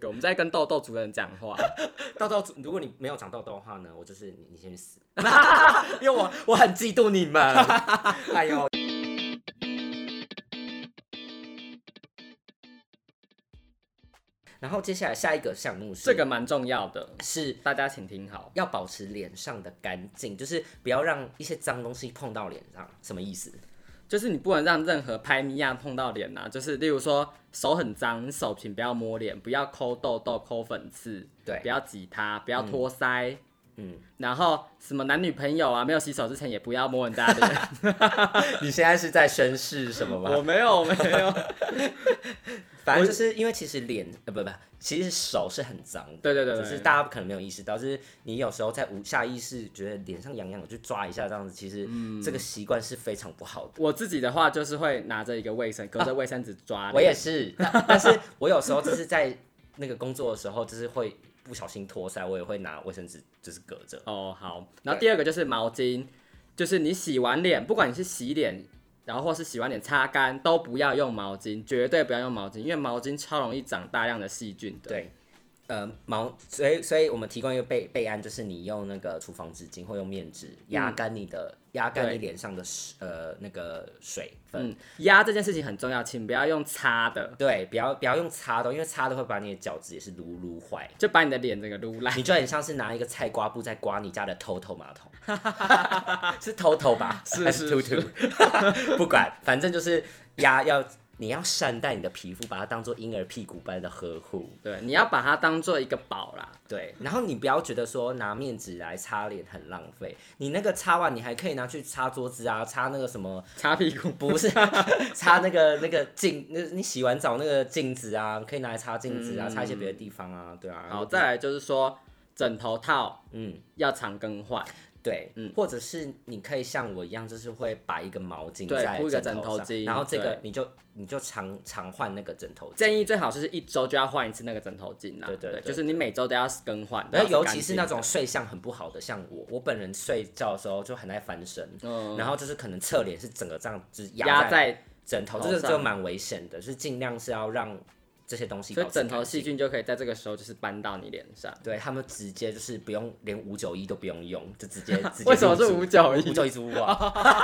个，我们在跟豆豆主任讲话。痘痘，如果你没有长痘痘的话呢，我就是你，你先去死， 因为我我很嫉妒你们。哎呦，然后接下来下一个项目是这个蛮重要的，是大家请听好。要保持脸上的干净，就是不要让一些脏东西碰到脸上，什么意思？ 就是你不能让任何拍咪呀碰到脸呐、就是例如说手很脏，你手平不要摸脸，不要抠痘痘、抠粉刺，对不要挤它，不要托腮，嗯，然后什么男女朋友啊，没有洗手之前也不要摸人家脸。 你现在是在宣誓什么吗？我没有，我没有。反正就是因为其实脸呃不不，其实手是很脏的， 对对对对只是大家可能没有意识到，就是你有时候在无下意识觉得脸上痒痒，我去抓一下这样子，其实嗯这个习惯是非常不好的。我自己的话就是会拿着一个卫生，隔着卫生纸抓、我也。是，但但是我有时候就是在那个工作的时候，就是会不小心脱腮，我也会拿卫生纸就是隔着。哦，好。然后第二个就是毛巾，就是你洗完脸，不管你是洗脸，然后或是洗完脸擦干，都不要用毛巾，绝对不要用毛巾，因为毛巾超容易长大量的细菌的。对，呃，毛，所以所以我们提供一个备备案，就是你用那个厨房纸巾或用面纸压干你的压嗯干对你脸上的水呃那个水分。嗯，压这件事情很重要，请不要用擦的，对，不要不要用擦的，因为擦的会把你的角质也是撸撸坏。就把你的脸整个撸烂。你就很像是拿一个菜瓜布在刮你家的头头马桶， 是头头吧？是还是是秃秃， 不管，反正就是压要你要善待你的皮肤，把它当做婴儿屁股般的呵护。 对，你要把它当做一个宝啦。对，然后你不要觉得说拿面纸来擦脸很浪费，你那个擦完你还可以拿去擦桌子啊，擦那个什么擦屁股，不是 擦那个那个镜，那你洗完澡那个镜子啊，可以拿来擦镜子啊，擦一些别的地方啊，对啊。嗯好，再来就是说枕头套嗯，要常更换，对，嗯或者是你可以像我一样，就是会把一个毛巾对在铺一个枕枕头上巾然后这个对你就你就常常换那个枕头巾。建议最好就是一周就要换一次那个枕头巾啦。对对对就是你每周都要更换，然后要尤干其是净那的种睡相很不好的，像我，我本人睡觉的时候就很爱翻身，嗯然后就是可能侧脸是整个这样就是压在在，枕头，头这个就上蛮危险的，就是尽量是要让这些东西所以保持枕头干细净。菌就可以在这个时候就是搬到你脸上。对他们直接就是不用，连五九一都不用用，就 直接直接 为什么是入五九 租五一？九一租屋啊？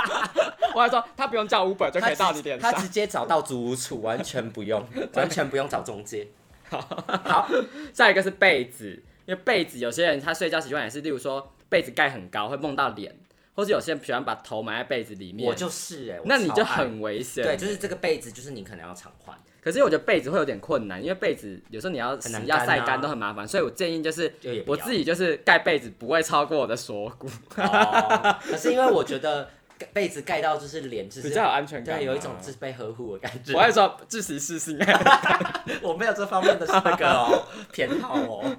我还说他不用叫 Uber 就可以到你脸他上。直接找到租屋处，完全不用，完全不用找中介。好，下一个是被子，因为被子有些人他睡觉习惯也是，例如说被子盖很高会梦到脸，或是有些人喜欢把头埋在被子里面。我就是哎、我那你超就爱很危险。对，就是这个被子，就是你可能要常换，可是我觉得被子会有点困难，因为被子有时候你要很难洗要干晒啊干都很麻烦，所以我建议就是就也不我要自己就是盖被子不会超过我的锁骨，哦，可是因为我觉得盖被子盖到就是脸，就是比较有安全感嘛。啊对，有一种是被呵护的感觉我。会说自习室性爱。我没有这方面的那个 哦偏好哦。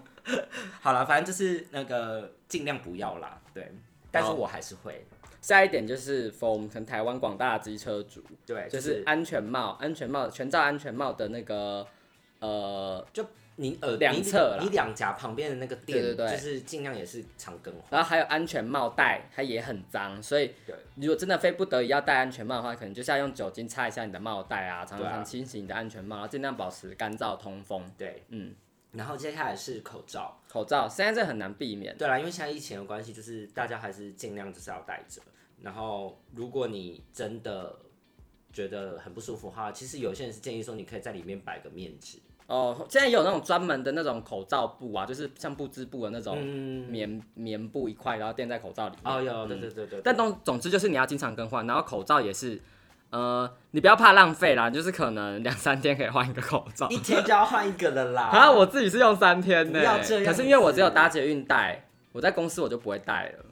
好了，反正就是那个尽量不要啦，对。但是好我还是会，下一点就是，for 我们可能台湾广大的机车族，对，哦就就是是安全帽、安全帽、全罩安全帽的那个呃，你耳两你侧啦你两颊旁边的那个垫，对对对就是尽量也是常更换。然后还有安全帽带，它也很脏，所以对如果真的非不得已要戴安全帽的话，可能就是要用酒精擦一下你的帽带啊，常对啊常清洗你的安全帽，然后尽量保持干燥通风。对，嗯，然后接下来是口罩。口罩现在这很难避免，对啦，因为现在疫情的关系，就是大家还是尽量就是要戴着。然后，如果你真的觉得很不舒服的话，其实有些人是建议说，你可以在里面摆个面纸。哦，现在有那种专门的那种口罩布啊，就是像布织布的那种嗯，棉、棉布一块，然后垫在口罩里面。哦，有，对对对对。但总总之就是你要经常更换，然后口罩也是，呃，你不要怕浪费啦，就是可能两三天可以换一个口罩。一天就要换一个了 啦。 啊，我自己是用三天呢、不要这样可是因为我只有搭捷运带，我在公司我就不会带了，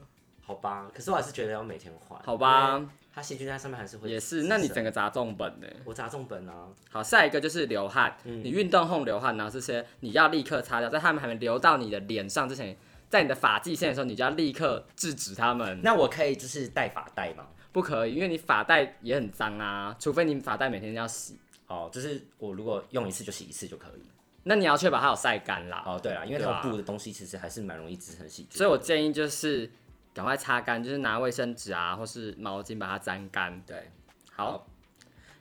好吧，可是我还是觉得要每天换。好，吧？它细菌在上面还是会。也是，那你整个砸重本呢、我砸重本啊，好，下一个就是流汗，你嗯运动后流汗，然啊后这些你要立刻擦掉，在他们还没流到你的脸上之前。在你的发际线的时候，你就要立刻制止他们，那我可以就是戴发带吗？不可以，因为你发带也很脏啊，除非你发带每天要洗。哦，就是我如果用一次就洗一次就可以。那你要确保它有晒干啦。哦，对啦，因为对啊它布的东西其实还是蛮容易滋生细菌。所以我建议就是赶快擦干，就是拿卫生纸啊或是毛巾把它沾干。对，好，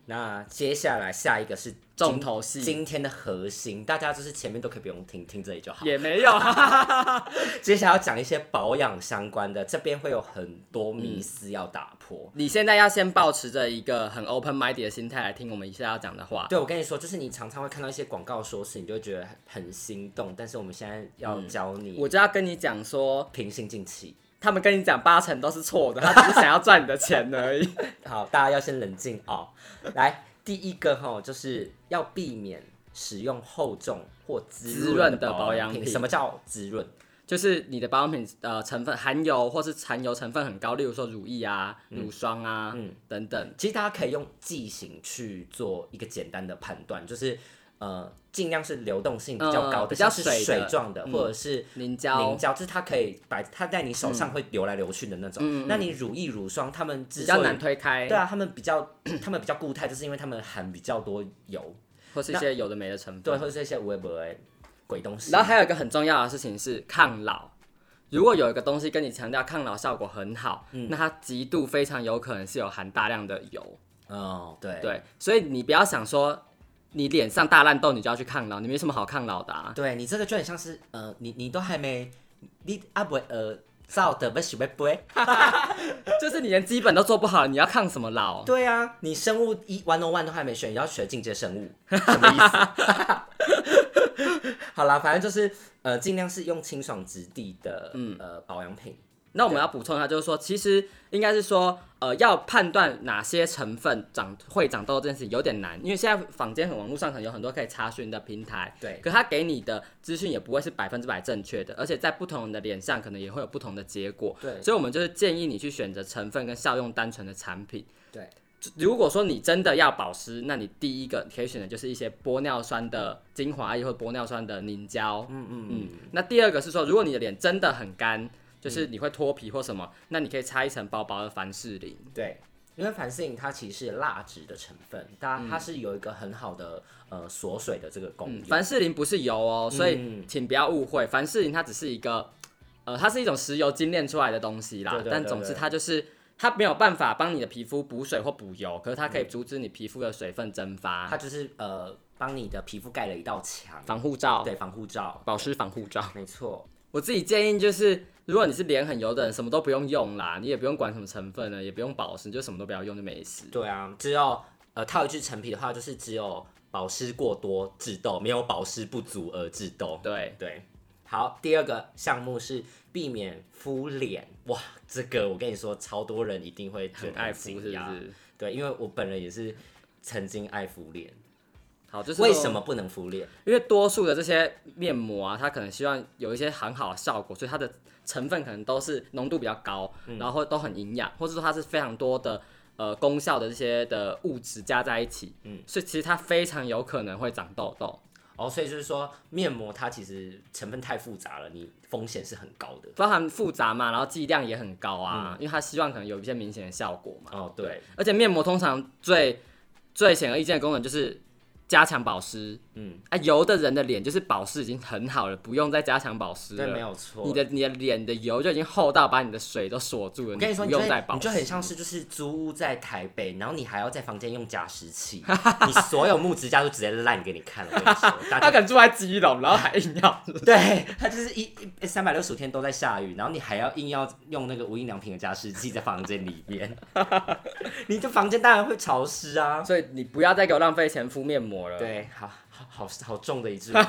那接下来下一个是重头戏今天的核心，大家就是前面都可以不用听，听这里就好。也没有， 接下来要讲一些保养相关的，这边会有很多迷思要打破。你现在要先保持着一个很 open minded 的心态来听我们一下要讲的话。对，我跟你说，就是你常常会看到一些广告说是，你就会觉得很心动，但是我们现在要教你我就要跟你讲说，平心静气。他们跟你讲八成都是错 的，他只是想要赚你的钱而已。好，大家要先冷静哦。来，第一个哈，就是要避免使用厚重或滋滋润润的的保保养养品。品什么叫滋润？就是你的保养品呃成分含油或是残油成分很高，例如说乳液啊、乳霜啊、等等。其实大家可以用剂型去做一个简单的判断，就是呃，尽量是流动性比较高的，嗯比较像是水水的状的，或者是凝胶嗯凝胶，就是它可以摆，它在你手上会流来流去的那种。那你乳液、乳霜，它们之比所以较难推开，对啊，它们比较， 它们比较固态，就是因为它们含比较多油，或是一些有的没的成分。对，或者是一些微博哎鬼东西。然后还有一个很重要的事情是抗老。如果有一个东西跟你强调抗老效果很好，那它极度非常有可能是有含大量的油。哦，对对，所以你不要想说你脸上大烂痘，你就要去抗老，你没什么好抗老的 啊。对你这个就很像是呃，你你都还没，你啊不会呃，造的不是不不会。就是你连基本都做不好，你要抗什么老？对啊，你生物一 one on one 都还没学，你要学进阶生物，什么意思？ 好啦，反正就是呃，尽量是用清爽质地的、嗯呃保养品。那我们要补充一下，就是说，其实应该是说，呃，要判断哪些成分长会长痘这件事情有点难，因为现在坊间很网络上可能有很多可以查询的平台，对，可它给你的资讯也不会是百分之百正确的，而且在不同人的脸上可能也会有不同的结果，对所以我们就是建议你去选择成分跟效用单纯的产品。对，如果说你真的要保湿，那你第一个可以选的就是一些玻尿酸的精华液或玻尿酸的凝胶。嗯嗯嗯。那第二个是说，如果你的脸真的很干，就是你会脱皮或什么，那你可以擦一层薄薄的凡士林。对，因为凡士林它其实是蜡质的成分，它它是有一个很好的呃锁水的这个功嗯用。凡士林不是油哦，所嗯以请不要误会，凡士林它只是一个，呃，它是一种石油精炼出来的东西啦。对对对但总之它就是它没有办法帮你的皮肤补水或补油，可是它可以阻止你皮肤的水分蒸发。嗯它就是呃帮你的皮肤盖了一道墙，防护罩，对，防护罩，保湿防护罩。没错。我自己建议就是，如果你是脸很油的人，什么都不用用啦，你也不用管什么成分了，也不用保湿，你就什么都不要用就没事。对啊，只有呃套一句陈皮的话，就是只有保湿过多致痘，没有保湿不足而致痘。对，对，好，第二个项目是避免敷脸。哇，这个我跟你说，超多人一定会觉很得爱惊敷是不讶？是？对，因为我本人也是曾经爱敷脸。好，就是为说什么不能敷脸？因为多数的这些面膜啊，它可能希望有一些很好的效果，所以它的成分可能都是浓度比较高，然后都很营养，或者说它是非常多的呃功效的这些的物质加在一起，嗯，所以其实它非常有可能会长痘痘。哦，所以就是说，面膜它其实成分太复杂了，你风险是很高的。包含复杂嘛，然后剂量也很高啊，因为它希望可能有一些明显的效果嘛。哦，对，而且面膜通常最最显而易见的功能就是加强保湿，嗯，啊，油的人的脸就是保湿已经很好了，不用再加强保湿了。对，没有错。你的你的脸的油就已经厚到把你的水都锁住了，我跟你说，不你就用会再保你就很像是就是租屋在台北，然后你还要在房间用加湿器，你所有木支架都直接烂给你看了。我跟你说， 他大家敢住在基隆，然后还硬要， 对，它就是一一三百六十五天都在下雨，然后你还要硬要用那个无印良品的加湿器在房间里 面，你的房间当然会潮湿 啊。所以你不要再给我浪费钱敷面膜了。，对，好好好好重的一 句话，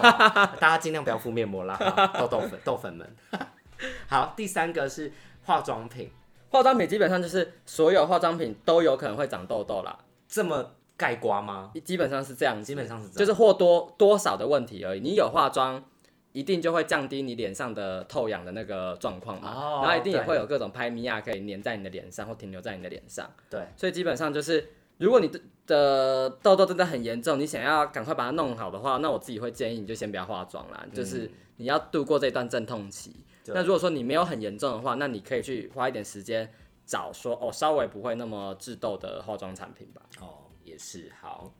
大家尽量不要敷面膜啦，哈豆豆粉豆粉们。 好，第三个是化妆品，化妆品基本上就是所有化妆品都有可能会长痘痘啦，这么盖瓜吗？基本上是这样子，基本上是这样，就是或多多少的问题而已。你有化妆，一定就会降低你脸上的透氧的那个状况嘛，哦然后一定也对会有各种拍米亚可以粘在你的脸上或停留在你的脸上。对。所以基本上就是，如果你的的痘痘真的很严重，你想要赶快把它弄好的话，那我自己会建议你就先不要化妆啦，就是你要度过这段阵痛期。对那如果说你没有很严重的话，那你可以去花一点时间找说哦，稍微不会那么致痘的化妆产品吧。哦，也是好。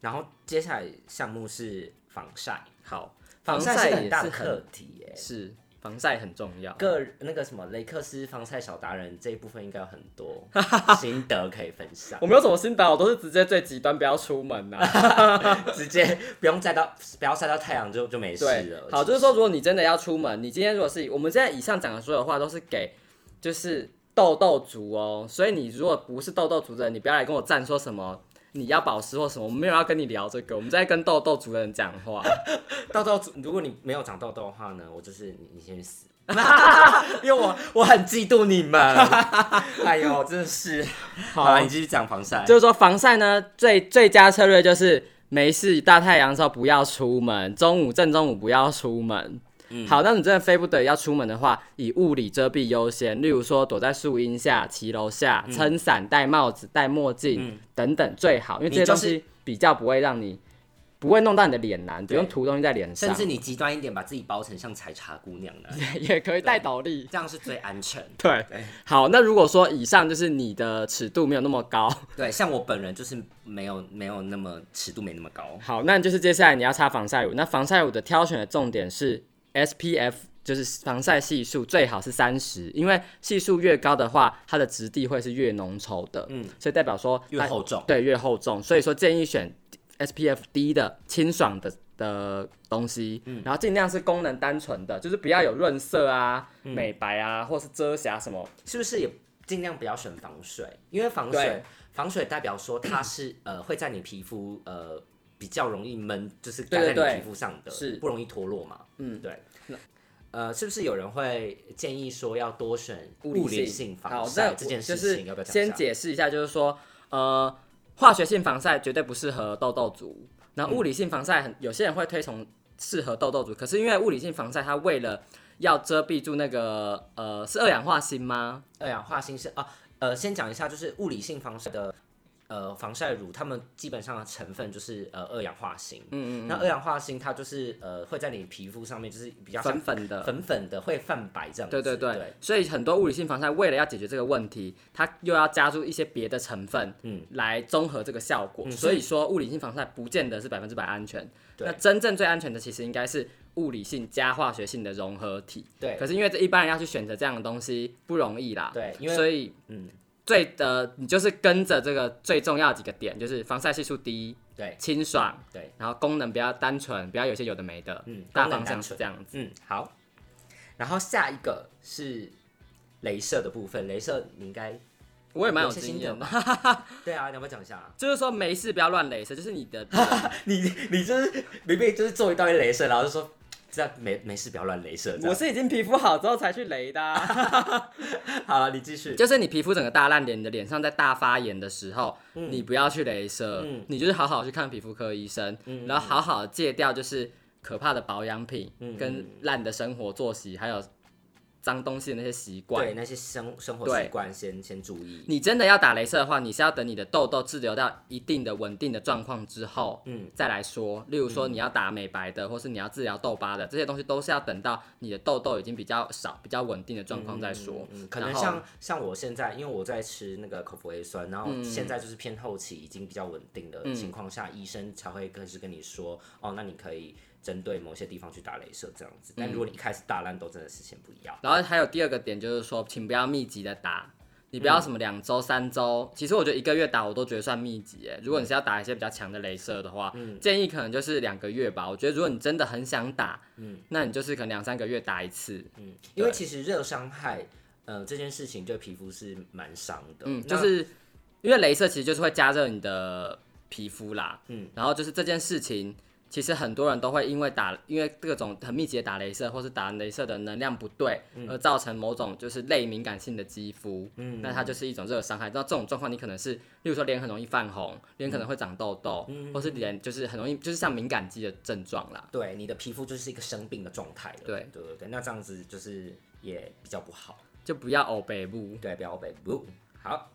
然后接下来项目是防晒，好，防防晒是也很大的是很课题耶。是，防晒很重要。个那个什么雷克斯防晒小达人这一部分应该有很多 心得可以分享，我没有什么心得，我都是直接最极端，不要出门呐、啊。直接不用晒到不要晒到太阳就就没事对了。，好，其就实是说，如果你真的要出门，你今天如果是我们现在以上讲的所有话，都是给就是痘痘族哦。所以你如果不是痘痘族的人，你不要来跟我站说什么你要保湿或什么，我们没有要跟你聊这个，我们在跟痘痘族的人讲话。痘痘族，如果你没有长痘痘的话呢，我就是你你先去死， 因为我我很嫉妒你 们。哎呦，真的是。好啦，你继续讲防晒。就是说防晒呢，最最佳策略就是没事大太阳的时候不要出门，中午正中午不要出门。好，那你真的非不得已要出门的话，以物理遮蔽优先，例如说躲在树荫下、骑楼下、撑伞、戴帽子、戴墨镜、等等最好，因为这些东你西比较不会让你不会弄到你的脸难，不对用涂东西在脸甚上，至你极端一点，把自己包成像采茶姑娘 的，也可以戴斗笠。这样是最安全。对，好，那如果说以上就是你的尺度没有那么高，对，像我本人就是没有没有那么尺度没那么高，好，那就是接下来你要擦防晒乳。那防晒乳的挑选的重点是 SPF，就是防晒系数最好是三十，因为系数越高的话，它的质地会是越浓稠的，嗯，所以代表说越大厚重。对越厚重，所以说建议选 SPF 低的清爽的的东西，嗯然后尽量是功能单纯的，就是不要有润色啊、嗯美白啊，或是遮瑕什么。是不是也尽量不要选防水？因为防水对防水代表说 它是呃会在你皮肤呃比较容易闷，就是对盖在对对你皮肤上的，是不容易脱落嘛。嗯，对。呃，是不是有人会建议说要多选物理理性好防，那晒我这件就事是情？要不要讲一先下？解释一下？就是说，呃，化学性防晒绝对不适合痘痘族，然嗯后物理性防晒很有些人会推崇适合痘痘族，可是因为物理性防晒它为了要遮蔽住那个呃是二氧化锌吗？二氧化锌是啊，呃，先讲一下，就是物理性防晒的呃防晒乳，它们基本上的成分就是呃二氧化锌。嗯嗯那二氧化锌它就是呃会在你皮肤上面就是比较像粉粉的。粉粉的，会泛白这样子。对对对，对，所以很多物理性防晒为了要解决这个问题，它又要加入一些别的成分，嗯，来综合这个效果。所以说物理性防晒不见得是百分之百安全。嗯对那真正最安全的其实应该是物理性加化学性的融合体。对可是因为这一般人要去选择这样的东西不容易啦。对因为所以嗯，最呃，你就是跟着这个最重要的几个点，就是防晒系数低，对，清爽，对，然后功能比较单纯，不要有些有的没的，嗯大功能方向单是这样子。嗯，好。然后下一个是镭射的部分，镭射你应该我也蛮有些经心验得的，吧？对啊，你要不要讲一下？就是说没事不要乱镭射，就是你 的 你你就是里面就是做一道镭射，然后就说这样没没事，不要乱镭射。这我样是已经皮肤好之后才去雷的啊、好了，你继续。就是你皮肤整个大烂脸，你的脸上在大发炎的时候，你不要去雷射，嗯你就是好好去看皮肤科医生，然后好好戒掉就是可怕的保养品、嗯跟烂的生活作息，还有脏东西的那些习惯对。那些生生活对习惯先先注意。你真的要打雷射的话，你是要等你的痘痘滞留到一定的稳定的状况之后，嗯，再来说。例如说你要打美白的，或是你要治疗痘疤的，这些东西都是要等到你的痘痘已经比较少、比较稳定的状况再说。嗯，可能然后嗯像像我现在，因为我在吃那个口服 A 酸，然后现在就是偏后期已经比较稳定的情况下，医生才会更是跟你说，哦，那你可以针对某些地方去打镭射这样子。但如果嗯你一开始大烂痘，真的是先不要。然后还有第二个点就是说，请不要密集的打，你不要什么两周、三周。其实我觉得一个月打我都觉得算密集耶。如果你是要打一些比较强的镭射的话，建议可能就是两个月吧。我觉得如果你真的很想打，那你就是可能两三个月打一次，嗯，因为其实热伤害，呃，这件事情对皮肤是蛮伤的。嗯，就那是因为镭射其实就是会加热你的皮肤啦，嗯，然后就是这件事情，其实很多人都会因为打，因为各种很密集的打镭射，或是打镭射的能量不对，而造成某种就是类敏感性的肌肤，嗯，那它就是一种热伤害。那这种状况，你可能是，例如说脸很容易泛红，脸可能会长痘痘，或是脸就是很容易就是像敏感肌的症状啦。对你的皮肤就是一个生病的状态了。对对对对，那这样子就是也比较不好。就不要欧北部，对，标北不好。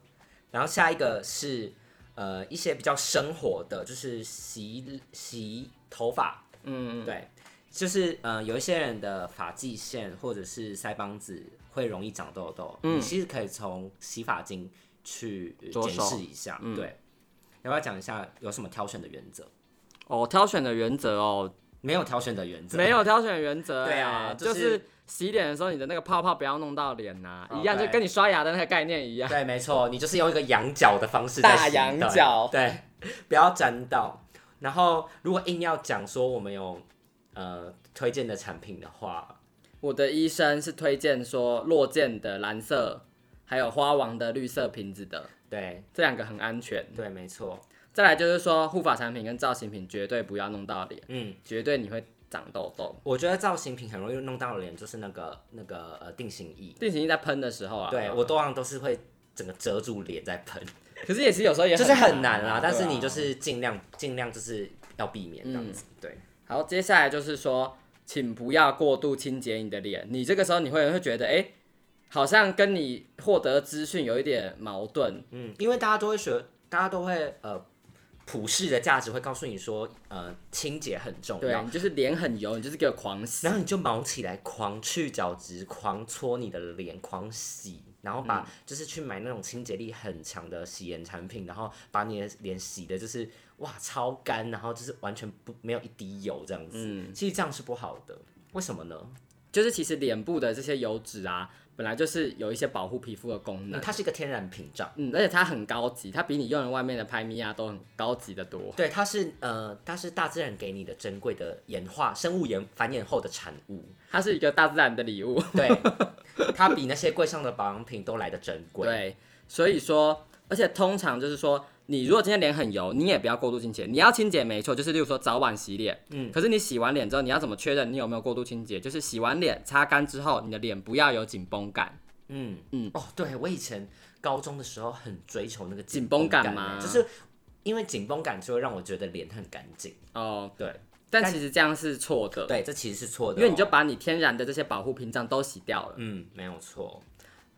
然后下一个是呃一些比较生活的，就是洗洗头发，嗯，对，就是呃有一些人的发际线或者是腮帮子会容易长痘痘，你其实可以从洗发精去呃着检手视一下，对。要不要讲一下有什么挑选的原则？哦，挑选的原则哦，没有挑选的原则，没有挑选原则、对啊哎就就是是洗脸的时候，你的那个泡泡不要弄到脸呐、哦一样就对跟你刷牙的那个概念一样。对，没错，你就是用一个仰角的方式大在洗仰的角对，不要沾到。然后，如果硬要讲说我们有呃推荐的产品的话，我的医生是推荐说落健的蓝色，还有花王的绿色瓶子的，对这两个很安全。对，没错，再来就是说护发产品跟造型品绝对不要弄到脸，嗯，绝对你会长痘痘。我觉得造型品很容易弄到脸，就是那个那个呃定型液，定型液在喷的时候啊，对我通常都是会整个遮住脸在 喷，可是也是有时候也就是很难啊啦，，但是对啊你就是尽量尽量就是要避免这样嗯子，对，好，接下来就是说，请不要过度清洁你的脸。你这个时候你会会觉得，哎、好像跟你获得资讯有一点矛盾。嗯，因为大家都会学，大家都会呃。普世的价值会告诉你说，呃，清洁很重要对，，你啊就是脸很油，你就是给我狂洗然。后你就毛起来，狂去角质，狂搓你的脸，狂洗，然后把、就是去买那种清洁力很强的洗脸产品，然后把你的脸洗的，就是哇超干，然后就是完全不没有一滴油这样子。其实这样是不好的，为什么呢？就是其实脸部的这些油脂啊，本来就是有一些保护皮肤的功能嗯。它是一个天然屏障。嗯，而且它很高级，它比你用的外面的拍米亚都很高级的多。对，它是呃，它是大自然给你的珍贵的演化、生物演繁衍后的产物。它是一个大自然的礼物。对，它比那些柜上的保养品都来的珍贵。对，所以说，而且通常就是说，你如果今天脸很油，你也不要过度清洁。你要清洁没错，就是例如说早晚洗脸，嗯，可是你洗完脸之后，你要怎么确认你有没有过度清洁？就是洗完脸擦干之后，你的脸不要有紧绷感。嗯嗯，哦，对我以前高中的时候很追求那个紧绷绷感感吗欸就是因为紧绷感就会让我觉得脸很干净。哦，对但但其实这样是错的，对，这其实是错的哦、因为你就把你天然的这些保护屏障都洗掉了。嗯没有错。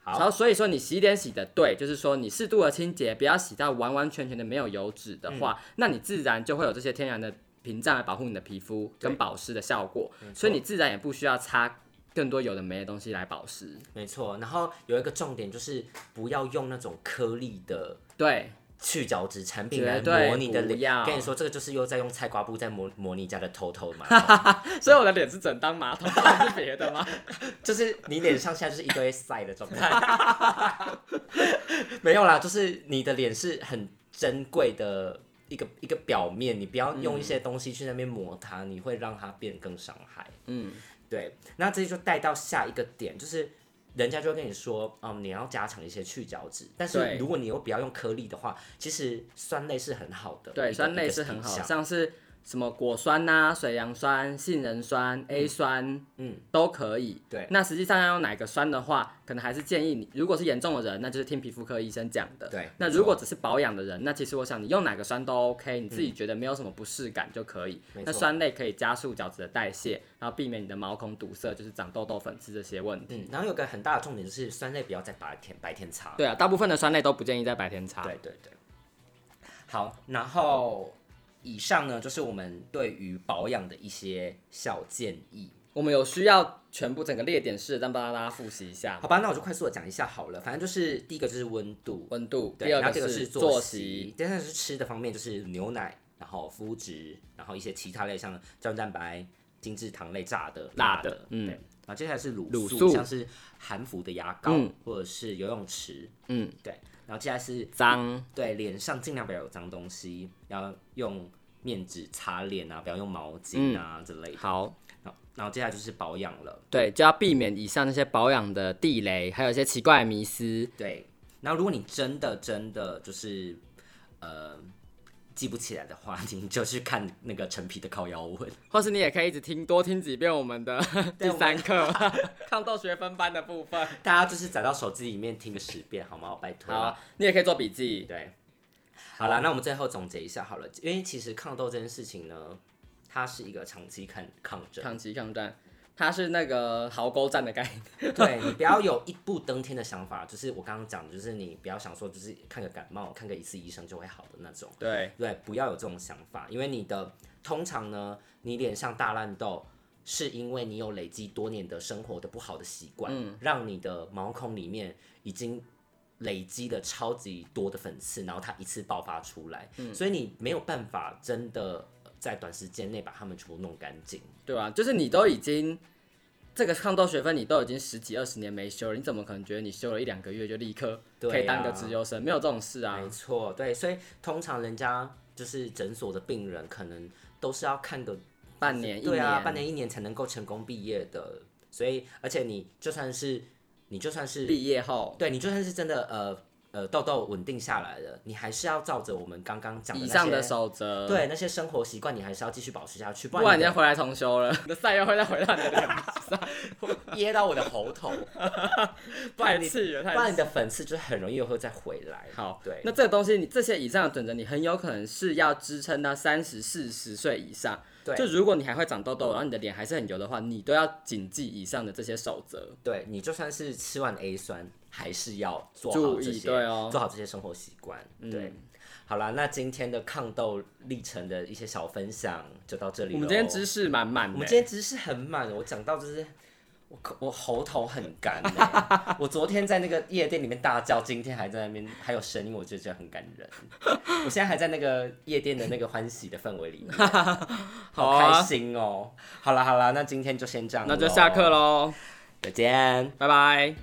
然好，后所以说你洗脸洗的对，就是说你适度的清洁，不要洗到完完全全的没有油脂的话，嗯那你自然就会有这些天然的屏障来保护你的皮肤跟保湿的效果，所以你自然也不需要擦更多有的没的东西来保湿。没错。然后有一个重点就是不要用那种颗粒的。对，去角质产品绝来对磨你的不脸，要跟你说这个就是又在用菜瓜布在磨磨你家的头头嘛， 所以我的脸是整当马桶，不是别的吗？就是你脸上现在就是一堆晒的状 态，没有啦，就是你的脸是很珍贵的一个一个表面，你不要用一些东西去那边磨它，你会让它变更伤害。嗯，对，那这就带到下一个点，就是人家就会跟你说，嗯，你要加强一些去角质，但是对如果你又不要用颗粒的话，其实酸类是很好的，对，酸类是很好，像是什么果酸呐、水杨酸、杏仁酸、A 酸，嗯，都可以。对那实际上要用哪个酸的话，可能还是建议你，如果是严重的人，那就是听皮肤科医生讲的。对那没如错嗯果只是保养的人，那其实我想你用哪个酸都 OK，你自己觉得没有什么不适感就可以。没那错酸类可以加速角质的代谢，然后避免你的毛孔堵塞，就是长痘痘、粉刺这些问题。嗯，然后有个很大的重点就是酸类不要在白天白天擦，对啊，大部分的酸类都不建议在白天擦。对对对。好，然后以上呢就是我们对于保养的一些小建议。我们有需要全部整个列点式的，但帮大家复习一下好吧，那我就快速的讲一下好了。反正就是第一个就是温度，温度，对，第二然后个这个是作作息，，第三个是吃的方面，就是牛奶，然后麸质，然后一些其他类像胶原蛋白、精制糖类、炸的、辣辣的嗯对。然后接下来是乳乳素，素像是含氟的牙膏、嗯或者是游泳池，嗯，对。然后接下来是脏，对，脸上尽量不要有脏东西，要用面纸擦脸啊，不要用毛巾啊之类的。好，然后然后接下来就是保养了，对，就要避免以上那些保养的地雷，还有一些奇怪的迷思。对。然后如果你真的真的就是呃记不起来的话， 你就去看那个陈皮的靠腰文。或是你也可以一直听多听几遍我们的 第三课，抗痘学分班的部分。大家就是载到手机里面听个十遍好吗？我拜托啦。好，你也可以做笔记。对，好了，那我们最后总结一下好了，因为其实抗痘这件事情呢，它是一个长期抗抗争。抗击抗战，它是那个壕沟战的概念。对你不要有一步登天的想法，就是我刚刚讲的，就是你不要想说就是看个感冒，看个一次医生就会好的那种，对，对，不要有这种想法，因为你的通常呢，你脸上大烂痘。是因为你有累积多年的生活的不好的习惯，让你的毛孔里面已经累积了超级多的粉刺，然后它一次爆发出来，所以你没有办法真的呃在短时间内把它们全部弄干净。啊对吧、就是你都已经这个抗痘学分你都已经十几二十年没修了，你怎么可能觉得你修了一两个月就立刻对啊可以当个直优生？没有这种事啊没。错，对，所以通常人家就是诊所的病人，可能都是要看个半年、一对啊，年，半年一年才能够成功毕业的。所以，而且你就算是你就算是毕业后，对你就算是真的呃呃痘痘稳定下来了，你还是要照着我们刚刚讲的以那上些的守则，，对那些生活习惯，你还是要继续保持下去，不不然你然你要的回来重修了，你的赛又会再回到你 的脸上， 噎到我的喉 头，不太然你刺了，不太哦然你的粉刺就很容易又会再回来。好，对那这个东西，你这些以上的准则，你很有可能是要支撑到三十、四十岁以上。对就如果你还会长痘痘，然后你的脸还是很油的话，你都要谨记以上的这些守则。对你就算是吃完 A 酸，还是要做好注这意，些，对哦。嗯做好这些生活习惯。对，好啦，那今天的抗痘历程的一些小分享就到这里我咯哦们今天知识满满我的，们今天知识很满，我讲到就是我口我喉头很干欸、 我昨天在那个夜店里面大叫，今天还在那边还有声音，我就觉得很感人。我现在还在那个夜店的那个欢喜的氛围里面，好好啊开心哦、好啦好啦，那今天就先这样，那就下课喽，喽，再见。拜拜。